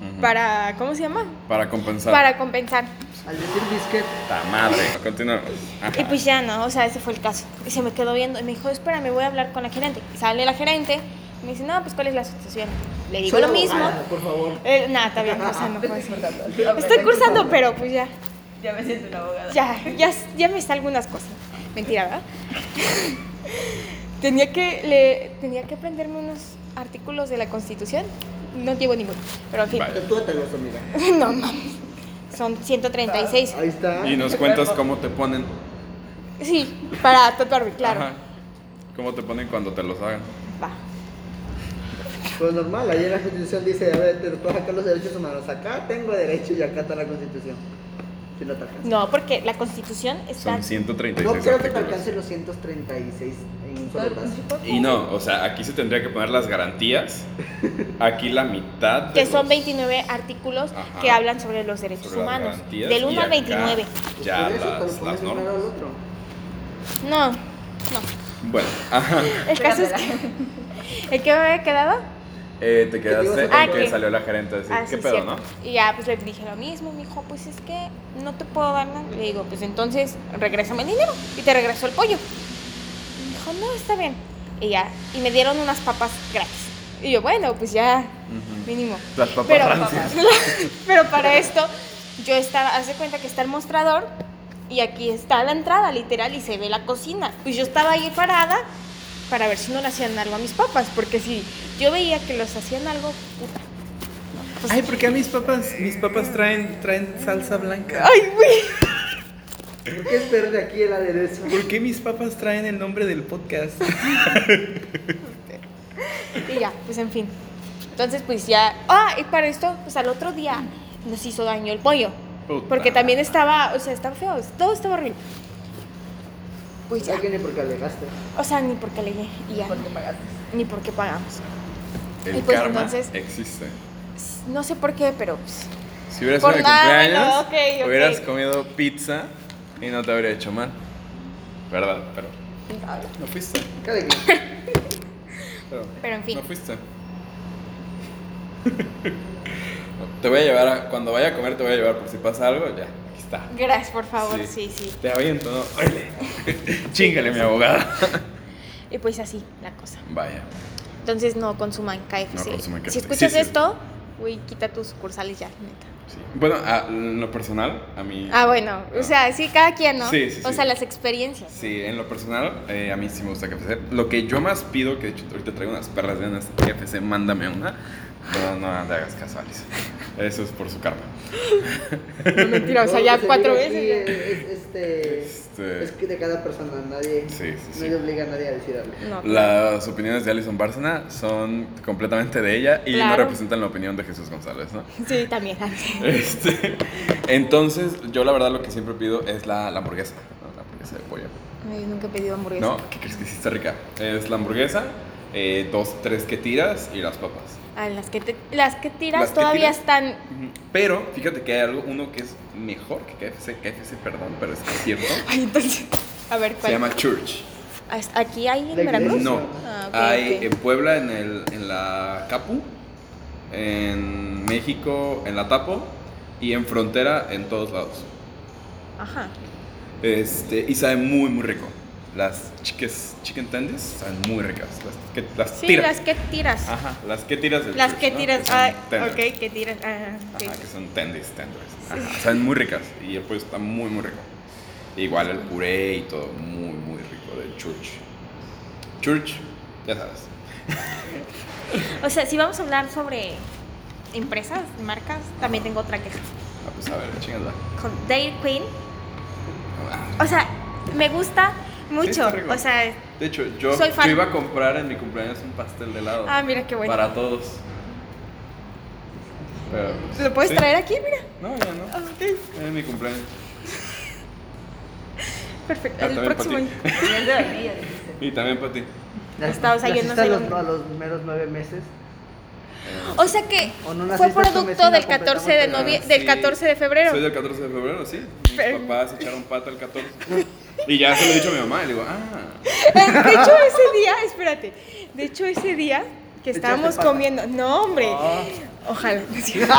Ujú.
para, ¿cómo se llama?
Para compensar.
Para compensar.
Al decir biscuit,
La madre. Continuamos.
Y pues ya no, o sea, ese fue el caso. Y se me quedó viendo y me dijo, espera, me voy a hablar con la gerente. Y sale la gerente, y me dice, no, pues ¿cuál es la situación? Le digo
soy
lo mismo.
abogada, por favor.
Eh, nada, está bien, o sea, no puedo decir. Estoy
Ah. Estoy
cursando, pero pues ya,
Ya me siento una abogada.
ya, ya, ya me está algunas cosas. Mentira, ¿verdad? tenía, que, le, tenía que aprenderme unos artículos de la Constitución. No llevo ninguno, pero en fin.
Vale.
Tatúatelos, amiga.
no, mames. Son 136.
Ahí está.
Y nos cuentas cómo te ponen.
Sí, para tatuarme, claro.
Ajá. Cómo te ponen cuando te los hagan.
Va.
Pues normal, ahí en la constitución dice, a ver, te puedes sacar los derechos humanos. Acá tengo derecho y acá está la constitución. Si lo atacas.
No, porque la Constitución está
Son 136
No creo que te
artículos.
alcance los 136 en un solo brazo.
Y no, o sea, aquí se tendría que poner las garantías. Aquí la mitad. de
que son
los-
29 artículos
Ajá.
que hablan sobre los derechos
sobre las
humanos,
garantías,
del
y
1 al
acá
29.
Pues
Ya
por eso te lo
las,
pones
las
de un
normas.
lado al otro.
No, no.
Bueno, ah, ajá.
El caso es que... ¿El que me había quedado?
Eh, te
ibas a
quedaste en
Ah,
que
que-
salió la gerente a decir,
Ah,
¿qué
sí,
pedo,
cierto.
no?
Y ya pues le dije lo mismo, me dijo, pues es que no te puedo dar nada. Le digo, pues entonces regrésame el dinero y te regreso el pollo. Y me dijo, no, está bien. Y ya, y me dieron unas papas gratis. Y yo, bueno, pues ya,
Ujú.
mínimo.
Las papas
Pero,
rancias.
pero para esto, yo estaba, hace cuenta que está el mostrador y aquí está la entrada, literal, y se ve la cocina. Pues yo estaba ahí parada para ver si no le hacían algo a mis papas, porque si yo veía que los hacían algo, puta. Pues-
Ay, porque a mis papás, mis papás traen, traen salsa blanca.
Ay, güey.
¿Por qué es verde aquí el aderezo?
¿Por qué mis papás traen el nombre del podcast?
Y ya, pues en fin. Entonces, pues ya. Ah, y para esto, pues al otro día nos hizo daño el pollo.
Puta.
Porque también estaba, o sea, estaba feo, todo estaba horrible. Pues ya.
Ya que ni porque alegaste.
O sea, ni porque le y ya,
Porque pagaste.
ni porque pagamos.
El
Y pues,
karma
entonces-
existe.
No sé por qué, pero pues,
Si hubieras
Por
sido mi
nada,
cumpleaños,
bueno, ok, ok.
hubieras comido pizza y no te habría hecho mal. ¿Verdad? Pero no fuiste.
Cada quien.
Pero,
Pero en fin.
No fuiste. te voy a llevar a. Cuando vaya a comer, te voy a llevar por si pasa algo, ya. Aquí está.
gracias, por favor. Sí,
Sí.
sí.
Te aviento, ¿no? Órale. Chíngale, mi abogada.
Y pues así la cosa.
Vaya.
Entonces no consuman KFC.
No consuman KFC.
Si escuchas
Sí, sí.
esto, güey, quita tus sucursales ya, neta.
sí. Bueno, a lo personal, a mí.
Ah, bueno, o sea, sí, cada quien, ¿no?
Sí, sí,
o
sí.
sea, las experiencias.
Sí, en lo personal, eh, a mí sí me gusta KFC. Lo que yo más pido, que de hecho ahorita traigo unas perlas de unas KFC, mándame una. No, no le hagas caso, Alice. Eso es por su karma.
No, mentira, o sea, ya
Todo lo que se
cuatro
diga aquí
veces.
Es, es, este,
Este-
es que de cada persona, nadie.
Sí, sí, sí.
No le obliga a nadie a decir algo.
ya. No.
Las opiniones de Alison Bárcena son completamente de ella y no
Claro.
representan la opinión de Jesús González, ¿no?
Sí, también.
Este, entonces, yo la verdad lo que siempre pido es la, la hamburguesa, ¿no? la hamburguesa de pollo.
Ay, nunca he pedido hamburguesa.
¿No? ¿Qué crees que sí está rica? Es la hamburguesa, eh, dos, tres que tiras y las papas.
Ah, las que, te- las que tiras
Las que
todavía
tiras.
están.
Ujú. Pero fíjate que hay algo, uno que es mejor que KFC, KFC, perdón, pero es que es cierto.
Ay, entonces. A ver, ¿cuál?
Se llama Church.
¿As- ¿Aquí hay en
La iglesia.
Veracruz?
No,
Ah, ok,
hay eh,
ok.
en Puebla, en, el, en la Capu, en México, en la Tapo y en Frontera, en todos lados.
Ajá.
Este, y sabe muy, muy rico. Las chiques, chicken tenders saben muy ricas. Las que las
Sí,
tiras.
las que tiras.
Ajá, las que tiras del
Las
Church,
que
¿no?
tiras.
son
Ah,
tenders.
ok, que tiras. Ah, ok.
Ajá, que son tendis, tenders. Ajá, saben muy ricas y el pollo está muy, muy rico. Igual el puré y todo, muy, muy rico del church. Church, ya sabes.
O sea, si vamos a hablar sobre empresas, marcas, también tengo otra queja.
Ah, pues a ver, Ah, chingada.
Con Dairy Queen. O sea, me gusta mucho.
está rico.
o sea,
De hecho, yo,
Soy fan.
yo iba a comprar en mi cumpleaños un pastel de helado.
ah, mira qué bueno.
Para todos. Pero, pues,
¿Lo puedes
sí.
traer aquí? Mira.
No, ya no.
Ah, ok,
Es mi cumpleaños.
perfecto.
Ah,
El
también para
próximo.
ti.
año.
Tenías de valía, dijiste.
Y también para ti.
Las,
Estados ahí
las
en no
hice a
sé
los,
dónde.
a los meros nueve meses.
O sea que
O no
fue
naciste
producto
campesina
del 14 de, novie-
Ah,
del
sí.
14 de febrero.
Soy del 14 de febrero, sí.
Pero-
Mis papás echaron pata el 14. Y ya se lo he dicho a mi mamá. Y le digo, ah.
De hecho, ese día, espérate, de hecho, ese día que
Te
estábamos
echaste pata.
comiendo, no, hombre,
Ah.
ojalá. no es cierto.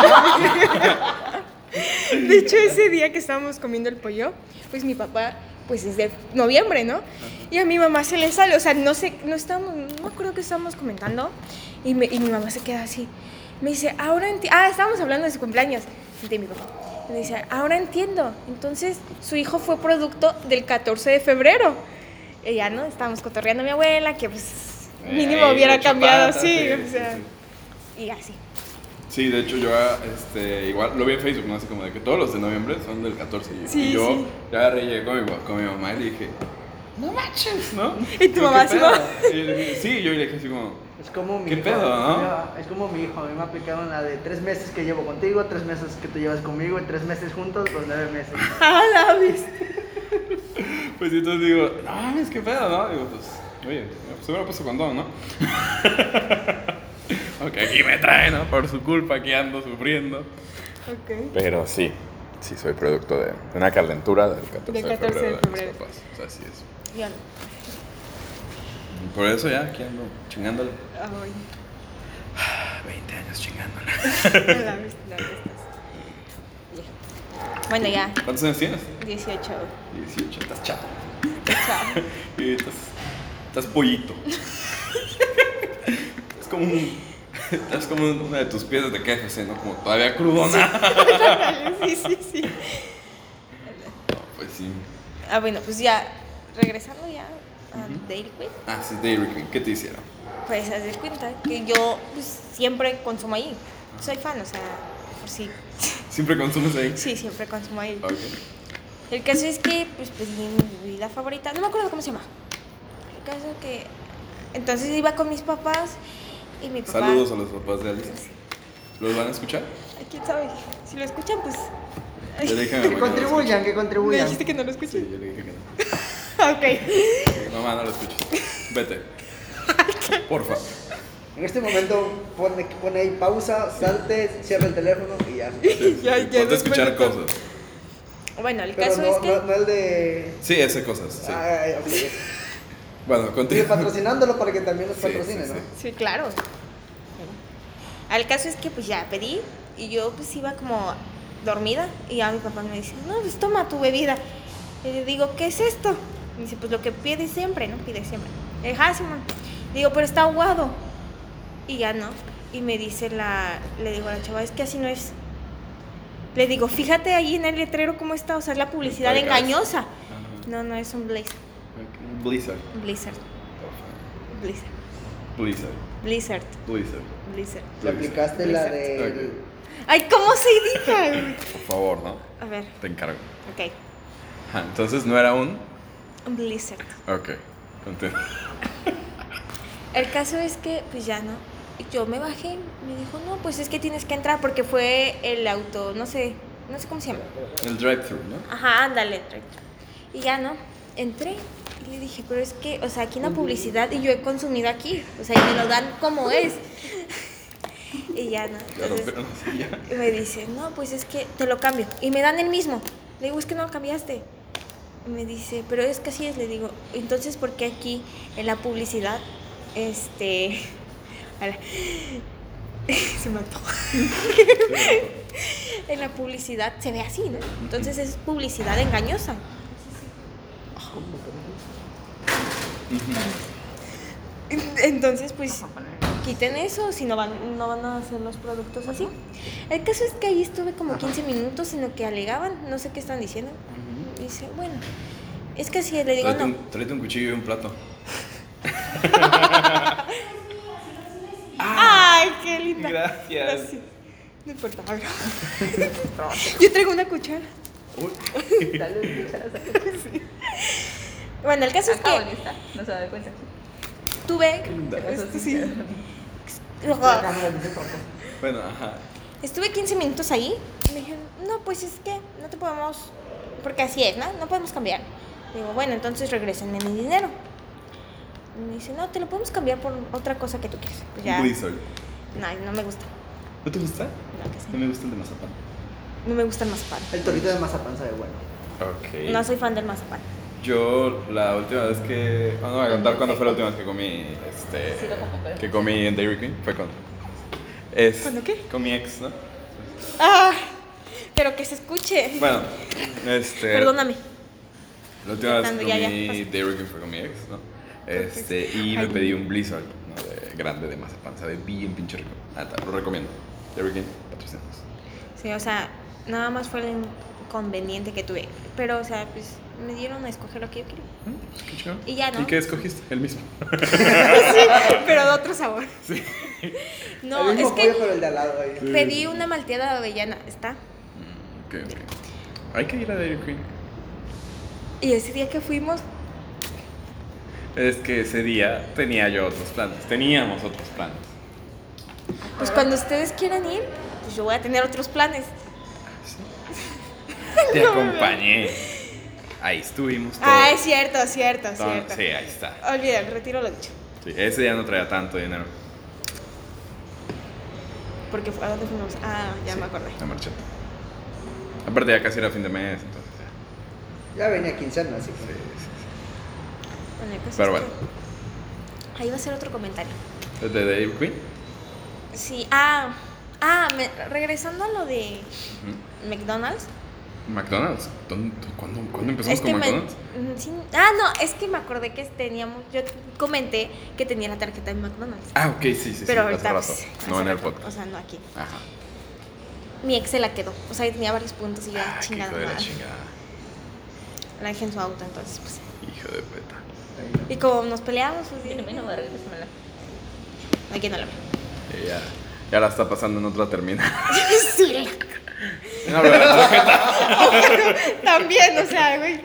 De hecho, ese día que estábamos comiendo el pollo, pues mi papá, pues es de noviembre, ¿no? Y a mi mamá se le sale, o sea, no sé, no estábamos, no creo que estábamos comentando, y, me- y mi mamá se queda así. Me dice, ahora entiendo, ah, estábamos hablando de su cumpleaños, de mi papá. Me dice, ahora entiendo, entonces su hijo fue producto del 14 de febrero. Y ya, ¿no? Estábamos cotorreando a mi abuela, que pues mínimo
eh,
hubiera
echa
cambiado,
pata,
sí,
sí,
o sea,
sí,
y así.
Sí, de hecho yo este, igual lo vi en Facebook, ¿no? Así como de que todos los de noviembre son del 14. Y,
Sí,
y yo
sí.
ya agarré y llegué con mi, pa- con mi mamá y le dije, no manches, ¿no?
Y tu
Digo,
mamá
"¿Qué
así,
pedo?"
¿no?
Y yo le dije, sí, yo le dije así como,
Es como mi
¿Qué
hijo.
pedo, no?
mira, Es como mi hijo. A mí me aplicaron la de tres meses que llevo contigo, tres meses que tú llevas conmigo y tres meses juntos, los nueve meses.
Ah, la viste.
pues y entonces digo, no mames, qué pedo, ¿no? Digo, pues, oye, pues se me lo puesto condón, ¿no? Aunque aquí me trae, ¿no? Por su culpa, aquí ando sufriendo.
Ok.
Pero sí, sí soy producto de una calentura del 14,
Del 14 de
de mis
febrero.
papás. O sea, así es.
Ya no.
Y por eso ya aquí ando chingándole.
Ay.
20 años chingándole.
No la viste, no la viste. Ya. Bueno, ya,
¿Cuántos años tienes?
18.
18, estás chato.
Chao.
Y estás, estás pollito. es como un. Estás como una de tus piezas de KFC, ¿no? Como todavía crudona.
Sí, sí, sí.
Pues sí.
Ah, bueno, pues ya, regresando ya a Dairy Queen,
Ah, sí, Dairy Queen. ¿Qué te hicieron?
pues haz de cuenta que yo pues, siempre consumo ahí. Soy fan, o sea, por sí.
¿Siempre consumes ahí?
Sí, siempre consumo ahí.
Ok.
El caso es que pues pedí mi bebida favorita, no me acuerdo cómo se llama. El caso que entonces iba con mis papás y mi papá
Saludos a los papás de Alice. ¿Los van a escuchar?
Ay, ¿Quién sabe? Si lo escuchan, pues
Yo le dije a mi
Que
mamá que no lo escuche.
contribuyan, que
me
contribuyan.
dijiste que no lo escuché.
Sí, yo le dije que no.
Ok.
Mamá, no lo escuches. Vete. Porfa.
En este momento pone, pone ahí pausa, salte, cierra el teléfono y ya.
Ya, ya,
Ponte a escuchar
después-
cosas.
Bueno, el
Pero
caso
no,
es que
no, no el de.
Sí, esas cosas. Sí.
Ah.
Ay, ok.
Bueno,
Sigue
contigo.
patrocinándolo para que también nos
Sí, sí,
patrocine,
sí.
¿no?
Sí, claro. Al caso es que pues ya pedí y yo pues iba como dormida y ya mi papá me dice, no, pues toma tu bebida. Y le digo, ¿qué es esto? Me dice, pues lo que pides siempre, ¿no? Pides siempre. Le dije, "Ah, Simón". Digo, pero está aguado. Y ya no. Y me dice la, le digo a la chava, es que así no es. Le digo, fíjate ahí en el letrero cómo está, o sea, es la publicidad
Está de gas.
engañosa.
Ajá.
No, no, es un Blazer.
Blizzard.
Blizzard. Blizzard.
Blizzard.
Blizzard.
Blizzard.
Blizzard.
Le aplicaste la de.
Ay, ¿cómo se diga?
Por favor, ¿no?
A ver,
Te encargo.
ok.
Ah, entonces no era un.
Un blizzard.
Ok. Continúa.
El caso es que, pues ya no. Y Yo me bajé, me dijo, no, pues es que tienes que entrar porque fue el auto, no sé, no sé cómo se llama.
El drive-thru, ¿no?
Ajá, ándale, recto. Y ya no. Entré y le dije, pero es que, o sea, aquí una publicidad y yo he consumido aquí. O sea, y me lo dan como es. y ya no.
Ya
Entonces,
rompieron la silla.
Y me dice, no, pues es que te lo cambio. Y me dan el mismo. Le digo, es que no lo cambiaste. Y me dice, pero es que así es. Le digo, entonces, ¿por qué aquí en la publicidad, este... a la- se mató. en la publicidad se ve así, ¿no? Entonces es publicidad engañosa. Entonces, pues quiten eso, si no van, no van a hacer los productos así. El caso es que ahí estuve como 15 minutos en lo que alegaban, no sé qué están diciendo. Y dice, bueno, es que si le digo
Tráete
no.
un, tráete un cuchillo y un plato.
"Ah".
¡Ay, qué linda!
Gracias.
Gracias. No importa, hablo. Yo traigo una cuchara.
Uy,
Dale, escuchas.
Bueno, el caso es
Está
que
bonita, no se da cuenta.
tuve...
qué linda.
Eso sí.
Sí.
La cámara dice todo.
Bueno, ajá.
Estuve 15 minutos ahí y me dijeron, no, pues es que no te podemos, porque así es, ¿no? No podemos cambiar. Digo, bueno, entonces regresenme mi dinero. Y me dice, no, te lo podemos cambiar por otra cosa que tú quieras. Pues ya.
Un Blizzard.
No, no me gusta.
¿No te gusta?
No, que sí.
No me gusta el de mazapán.
No me gusta el mazapán.
El torito de mazapán sabe bueno.
Ok.
No soy fan del mazapán.
Yo la última vez que... Ah, no, voy a contar cuándo fue la última vez que comí, este...
Sí, lo como, pero-
que comí en Dairy Queen. Fue cuando... Es,
¿Cuándo qué?
Con mi ex, ¿no?
¡Ah! Pero que se escuche.
Bueno, este...
Perdóname.
La última vez que
Cortando,
comí
ya, ya, pasa.
Dairy Queen fue con mi ex, ¿no? Este, y me
Ay.
pedí un blizzard, ¿no? De, grande de mazapán, sabe bien pinche rico. Nada, lo recomiendo. Dairy Queen, patrocinamos.
Sí, o sea, nada más fue el inconveniente que tuve. Pero, o sea, pues me dieron a escoger lo que yo quería.
¿Qué chido?
Mm. Y ya, ¿no?
¿Y qué escogiste? El mismo.
pero de otro sabor. No,
el mismo
es que
pollo, pero el de al lado ahí.
pedí una malteada de avellana, ¿está?
Mm, ok, ok. Hay que ir a Dairy Queen.
Y ese día que fuimos,
Es que ese día tenía yo otros planes. Teníamos otros planes.
pues cuando ustedes quieran ir, pues yo voy a tener otros planes.
Te
No,
acompañé. Ahí estuvimos todos.
Ah, es cierto, cierto,
Entonces,
cierto.
Sí, ahí está.
Olvida, retiro lo dicho.
Sí, ese día no traía tanto dinero.
Porque fue a dónde fuimos. Ah, ya me acordé.
La marcheta. Aparte ya casi era fin de mes, entonces. ya.
Ya venía quincena, así que.
Bueno, el caso
Pero
es
bueno.
que- Ahí va a ser otro comentario.
¿El de Dave Queen?
Sí, ah, ah, me- regresando a lo de McDonald's.
¿McDonald's? ¿Dónde- ¿Cuándo, cuándo empezamos
es
con
que me-
McDonald's?
mm, sí, ah, no, es que me acordé que teníamos, yo comenté que tenía la tarjeta de McDonald's.
Ah, ok, sí, sí, sí.
pero
hace
ahorita
rato.
pues,
no
hace
en el
rato, O
podcast.
sea, no aquí.
Ajá.
Mi ex se la quedó. O sea, tenía varios puntos y ya
Ah, qué
chingada
hijo de la
madre.
chingada.
La dejé en su auto, entonces pues.
Hijo de peta.
Y como nos peleamos, pues
Sí,
dije,
no me no
"No,
va a regresármela.
aquí no la veo.
Y ya, ya la está pasando en otra terminal.
Sí,
No, ¿verdad?
también, o sea, güey.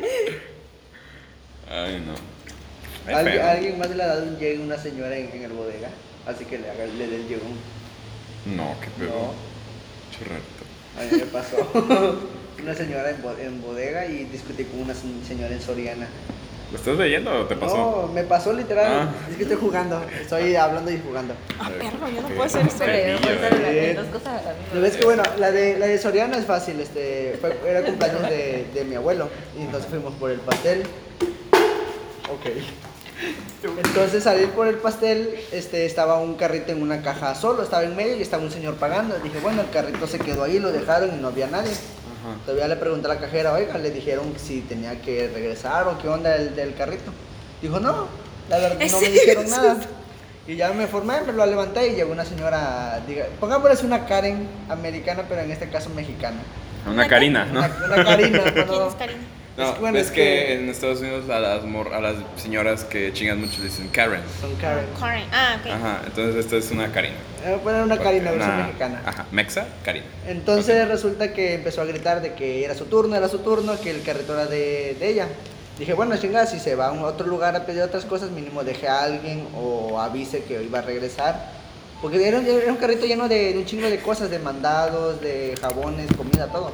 Ay, no. Ay,
Al-
feo.
alguien más le ha dado un llegue a una señora en, en el bodega. Así que le, haga, le dé el llegue.
No, qué pedo.
No.
Churrito.
A mí me pasó. una señora en, bo- en bodega y discutí con una se- señora en Soriana.
¿Lo estás leyendo o te pasó?
No, me pasó literal.
Ah.
Es que estoy jugando. Estoy hablando y jugando.
Ah,
Eh,
perro, yo no
qué
puedo hacer este eso.
Pero
Ay, niño,
vamos a hablar de
eh.
dos cosas a la misma
Lo ves que bueno, la de, la de Soriana es fácil, este, fue- era cumpleaños de, de mi abuelo, y entonces fuimos por el pastel. Ok. Entonces al ir por el pastel, este, estaba un carrito en una caja solo, estaba en medio y estaba un señor pagando. Dije, bueno, el carrito se quedó ahí, lo dejaron y no había nadie.
Ajá.
Todavía le pregunté a la cajera, oiga, le dijeron si tenía que regresar o qué onda el del carrito. Dijo, no, la verdad no me dijeron nada. Y ya me formé, me lo levanté y llegó una señora, diga, pongámosle una Karen americana, pero en este caso mexicana.
Una Karina, ¿no?
Una, una Karina, no,
¿Quién
no.
es Karina?
No,
Es que, bueno,
es,
es
que,
que-
en Estados Unidos a las, mor- a las señoras que chingan mucho les dicen Karen.
Son Karen.
Karen. Ah, ok.
Ajá, entonces esta es una Karina.
Eh, bueno, era una Karina, versión
Una-
mexicana.
Ajá, Mexa, Karina.
Entonces resulta que empezó a gritar de que era su turno, era su turno, que el carrito era de, de ella. Dije, bueno, chingada, si se va a un otro lugar a pedir otras cosas, mínimo deje a alguien o avise que iba a regresar. Porque era, un- era un carrito lleno de, de un chingo de cosas, de mandados, de jabones, comida, todo.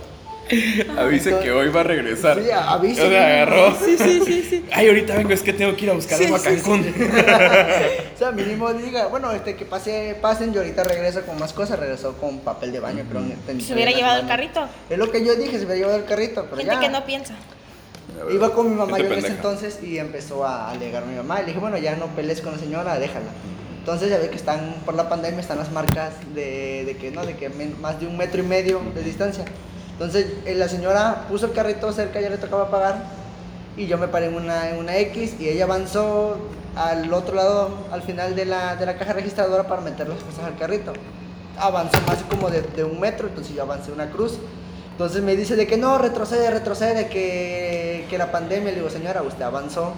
Avise
Entonces-
que hoy va a regresar.
Sí, avise.
O sea, agarró.
Sí, sí, sí, sí.
Ay, ahorita vengo, es que tengo que ir a buscar
Sí,
algo a
sí,
Cancún.
O sea, mínimo diga, bueno, este que pase, pasen, yo ahorita regreso con más cosas, regresó con papel de baño, pero
Y Se hubiera llevado el carrito.
Es lo que yo dije, se hubiera llevado el carrito, pero
Gente
ya.
que no piensa.
Iba con mi mamá
Gente
yo en ese
pendeja.
entonces y empezó a alegar a mi mamá. Y le dije, bueno, ya no pelees con la señora, déjala. Entonces ya ve que están, por la pandemia, están las marcas de, de que no, de que men- más de un metro y medio de distancia. Entonces eh, la señora puso el carrito cerca, ya le tocaba pagar. Y yo me paré en una, en una X y ella avanzó al otro lado, al final de la, de la caja registradora para meter las cosas al carrito. Avanzó más como de, de un metro, entonces yo avancé una cruz. Entonces me dice de que no, retrocede, retrocede, que, que la pandemia. Le digo, señora, usted avanzó.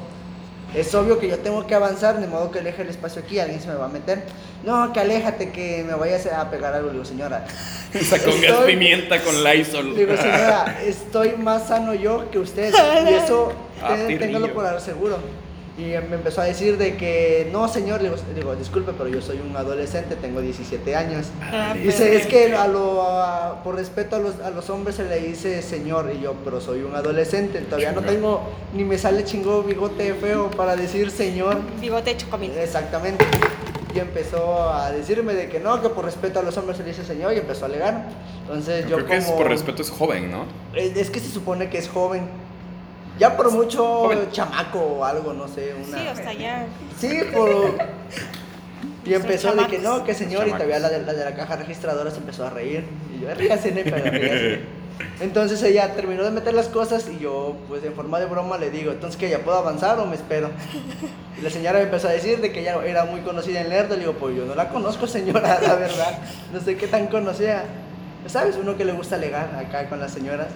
Es obvio que yo tengo que avanzar, de modo que aleje el espacio aquí, alguien se me va a meter. No, que aléjate, que me vayas a pegar algo. Le digo, señora,
Sacó un gas
Estoy-
pimienta con Lysol.
Digo, señora, estoy más sano yo que usted. Y eso,
Ah,
ten-
tirrillo.
téngalo por seguro. Y me empezó a decir de que, no, señor, le digo, le digo, disculpe, pero yo soy un adolescente, tengo 17 años.
Ah,
Dice, es que a lo, a- por respeto a los, a los hombres se le dice señor, y yo, pero soy un adolescente, todavía no
Chingón.
tengo, ni me sale chingo bigote feo para decir señor.
Bigote de chocomil.
Exactamente. y empezó a decirme de que no, que por respeto a los hombres se le dice señor y empezó a alegar. Entonces yo
Creo que es
como-
por respeto es joven, ¿no?
Es, es que se supone que es joven. Ya por mucho
Joven.
chamaco o algo, no sé, una...
Sí, hasta allá.
Sí, por... Y
Son
empezó de que
chamacos.
no, que señor, y
Chamacos.
todavía la de, la de la caja registradora se empezó a reír. Y yo, ríase, neta, ríase. Entonces ella terminó de meter las cosas y yo, pues en forma de broma, le digo, entonces que ya puedo avanzar o me espero. Y la señora me empezó a decir de que ella era muy conocida en Lerdo. Le digo, pues yo no la conozco, señora, la verdad. No sé qué tan conocida. ¿Sabes? Uno que le gusta alegar acá con las señoras.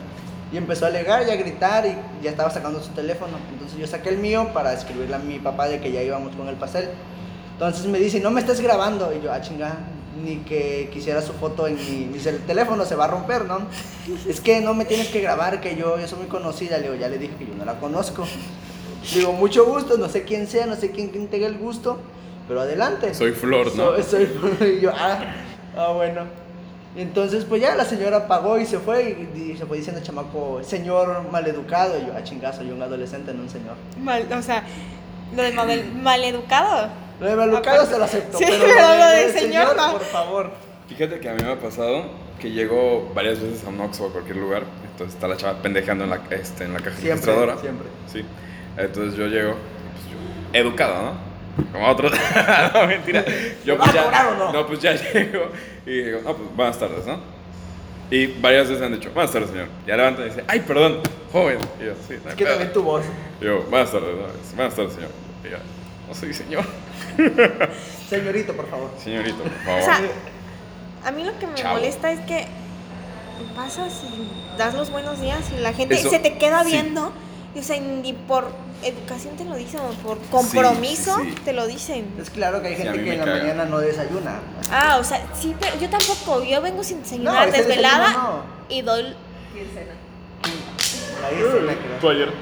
Y empezó a alegar y a gritar y ya estaba sacando su teléfono. Entonces yo saqué el mío para escribirle a mi papá de que ya íbamos con el pastel. Entonces me dice, no me estás grabando. Y yo, ah, chinga, ni que quisiera su foto en mi, mi cel- teléfono, se va a romper, ¿no? Es que no me tienes que grabar, que yo, yo soy muy conocida. Le digo, ya le dije que yo no la conozco. Le digo, mucho gusto, no sé quién sea, no sé quién quién tenga el gusto, pero adelante.
Soy Flor, ¿no?
So- soy Flor. Y yo, ah, ah, bueno. Entonces, pues ya la señora pagó y se fue y, y se fue diciendo chamaco, señor maleducado. Y yo, ah, chingazo, soy un adolescente, no un señor.
Mal, o sea, lo de mal, maleducado.
Lo de maleducado se lo acepto.
Ah, Sí, pero
de-
lo de señor no.
por favor.
Fíjate que a mí me ha pasado que llego varias veces a un Oxxo o a cualquier lugar, entonces está la chava pendejeando en la, este, en la caja
Siempre,
registradora.
siempre.
Sí. Entonces yo llego, pues yo, educado, ¿no? Como otros. no, mentira. Yo
¿Me va a cobrar o no?
pues ya llego y digo, no, pues buenas tardes, ¿no? Y varias veces han dicho, buenas tardes, señor. Ya levantan y dicen, ay, perdón, joven. Y yo, sí, no hay
Es que
pedo".
también tu voz.
Y yo, buenas tardes, ¿no? buenas tardes, señor. Y yo, no soy señor.
Señorito, por favor.
Señorito, por favor.
O sea, a mí lo que me
Chavo.
molesta es que pasas y das los buenos días y la gente
Eso,
se te queda
sí.
viendo. Y, o sea, ni por educación te lo dicen, o por compromiso
sí, sí.
te lo dicen.
Es claro que hay
Sí, a
gente
mí
que
me
en la
caga.
mañana no desayuna.
Ah, o sea, sí, pero yo tampoco. Yo vengo sin
No,
desayunar,
este desayuno
desvelada,
no.
y doy
Ahí sí me creo.
tú ayer.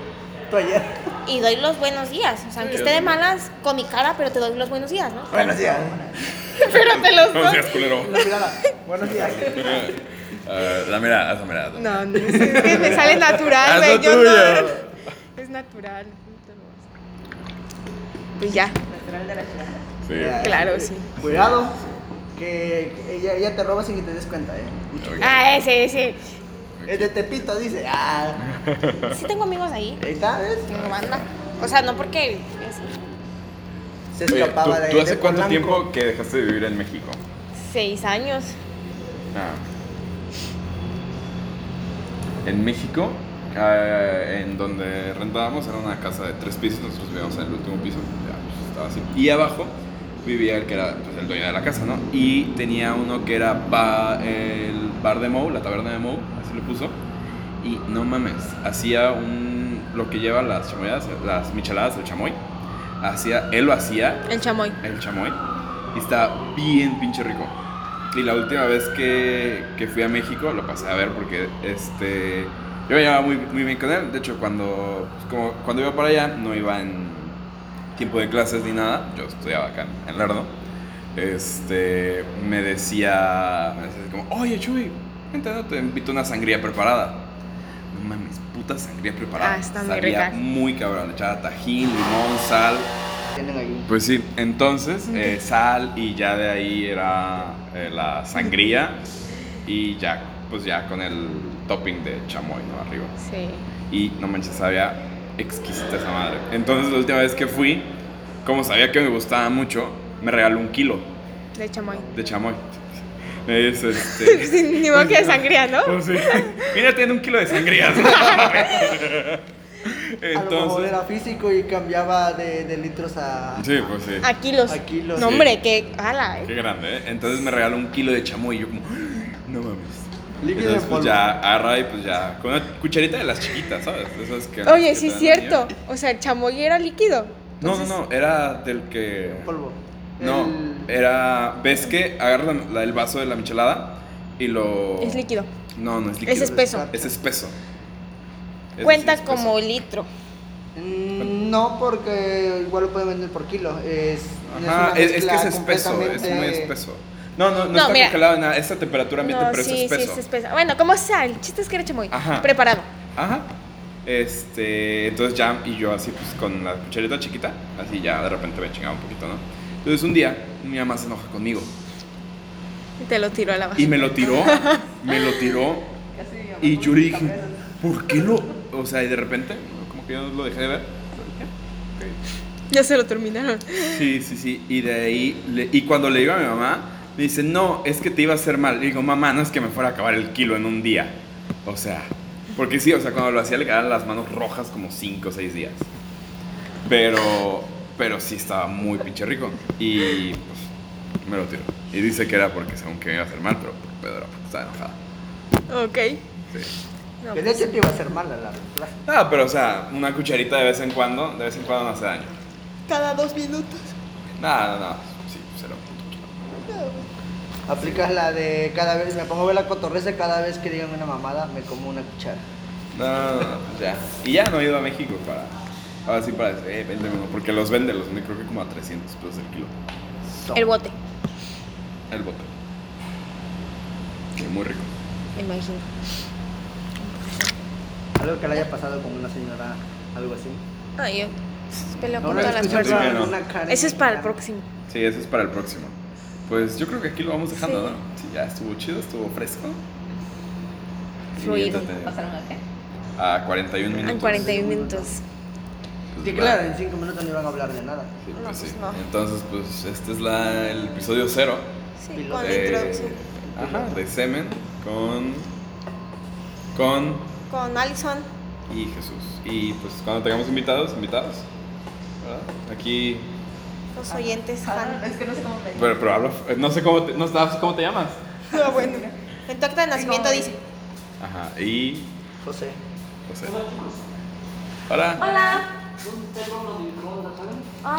Tú ayer.
y doy los buenos días. O sea, aunque
Sí,
esté
yo también.
de malas con mi cara, pero te doy los buenos días, ¿no?
Buenos días.
pero te los
No
doy.
seas culero.
La mirada. Buenos días.
Eh, la mirada, haz la mirada.
No, no, es que me sale natural,
Haz
güey.
Ah, lo
Yo no.
tuyo.
Es natural. Pues ya,
Natural de la chilanga.
Sí.
Ya,
Claro,
eh,
sí.
Cuidado, que ella, ella te roba sin que te des cuenta, ¿eh?
Ok.
Ah, ese, ese.
Es de Tepito, dice. Ah,
Sí tengo amigos ahí.
ahí está, ¿ves?
Tengo banda. O sea, no porque... así,
Se
Oye, ¿tú,
escapaba de
tú hace
de
cuánto
Polanco.
tiempo que dejaste de vivir en México?
Seis años.
Ah. En México, eh, en donde rentábamos, era una casa de tres pisos, nosotros vivíamos en el último piso, ya, pues, estaba así. Y abajo vivía el que era pues, el dueño de la casa, ¿no? Y tenía uno que era ba- el bar de Mou, la taberna de Mou, así lo puso. Y no mames, hacía un, lo que lleva las chamoyadas, las micheladas del chamoy. Hacía, él lo hacía
El chamoy.
el chamoy. Y está bien pinche rico. Y la última vez que, que fui a México lo pasé a ver porque este, yo me llevaba muy, muy bien con él. De hecho, cuando, pues, como, cuando iba para allá no iba en tiempo de clases ni nada. Yo estudiaba acá en- en Lerdo. Este, me decía, me decía así como, oye Chuy, vente, ¿no? te invito a una sangría preparada. No mames, puta sangría preparada.
Ah, está muy
Sabía
rica.
muy cabrón. Le echaba tajín, limón, sal.
Tienen ahí.
Pues sí, entonces eh, sal y ya de ahí era eh, la sangría y ya, pues ya con el topping de chamoy, ¿no? Arriba.
Sí.
Y no manches, sabía exquisita esa madre. Entonces la última vez que fui, como sabía que me gustaba mucho, me regaló un kilo
De chamoy.
de chamoy. Me dice, este...
Ni modo que de sangría, ¿no?
Pues sí. Mira, tiene un kilo de sangría.
A lo mejor
Entonces...
era físico y cambiaba de, de litros a.
Sí, pues sí.
A kilos.
A kilos.
No,
Sí.
hombre, que... ala, eh.
Qué grande, ¿eh? Entonces me regaló un kilo de chamoy y yo como, ¡Ah! no mames.
Líquido
Entonces,
en
pues
polvo.
ya agarra y pues ya, con una cucharita de las chiquitas, ¿sabes? De esas que-
Oye,
que
sí es
te dan niño.
cierto. O sea, el chamoy era líquido.
No, no, no, era del que...
Polvo.
No, eh.
El-
era, ves que agarra la- la- el vaso de la michelada y lo...
Es líquido.
No, no es Oh. líquido.
espeso.
Es espeso. Es
Cuenta
decir, espeso.
como litro.
Mm, No, porque igual lo pueden vender por kilo. Es, es
Ajá,
una
es, es que
mezcla
es espeso, es muy
completamente-
espeso. No, no, no,
No,
está
mira.
congelado en nada, esta temperatura ambiente, pero
sí,
es espeso.
sí, es espeso. Bueno, como sea, el chiste es que era chamoy.
Ajá.
Preparado.
Ajá. Este, entonces ya, y yo así pues con la cucharita chiquita, así ya de repente me chingaba un poquito, ¿no? Entonces un día mi mamá se enoja conmigo
Te lo tiro a la
y
basura.
me lo tiró, me lo tiró
Casi mi mamá
y yo
con
le
los
dije,
cabezas.
¿por qué lo? O sea, y de repente, como que yo lo dejé de ver. Ok.
Ya se lo terminaron.
Sí, sí, sí. Y de ahí, le- y cuando le digo a mi mamá, me dice, no, es que te iba a hacer mal. Y digo, mamá, no es que me fuera a acabar el kilo en un día. O sea, porque sí, o sea, cuando lo hacía le quedaban las manos rojas como 5 o 6 días. Pero, pero sí estaba muy pinche rico. Y pues, me lo tiró. Y dice que era porque según que me iba a hacer mal, pero, pero era porque estaba enojada.
Ok.
Sí.
No,
Que de
pues,
hecho te iba a hacer mal a la plaza.
Ah, pero o sea, una cucharita de vez en cuando, de vez en cuando no hace daño.
Cada dos minutos.
Nada, no, no. Sí, cero.
Aplicas la de cada vez, me pongo a ver la cotorreza cada vez que digan una mamada, me como una cuchara.
No, no, no, pues ya. Y ya no he ido a México para. Ahora sí para decir, eh, véndeme uno", Porque los vende, los vende creo que como a 300 pesos el kilo.
So.
El bote,
El bote. Que muy rico.
me imagino.
Algo que le haya pasado con una señora, algo así.
Ay, yo. Peleo
No,
con
no
todas las
escuchas
escuchado.
personas.
Sí,
una Karen
Ese es para el
mexicana.
próximo.
Sí, eso es para el próximo. Pues yo creo que aquí lo vamos dejando,
Sí.
¿no? Sí, ya estuvo chido, estuvo fresco. Y
Fluido. Ah,
entretenido.
¿Pasaron a qué?
A 41 minutos.
En 41 minutos.
Pues,
Sí,
va.
claro, en cinco minutos no iban a hablar de nada.
Sí,
No,
pues,
pues,
sí.
no.
Entonces, pues este es la, el episodio cero.
Sí,
Piloto.
con
Eh.
la
de-
introducción.
Ajá, de semen con. Con
Con Alison.
y Jesús. Y pues cuando tengamos invitados, invitados. ¿verdad? Aquí.
Los oyentes
Ah,
Han.
es que no sé cómo me
Pero, pero hablo. eh, No sé cómo te, no sabes cómo te llamas.
Ah, bueno. En tu acta de nacimiento dice.
Ajá. Y.
José.
José. Hola.
Hola.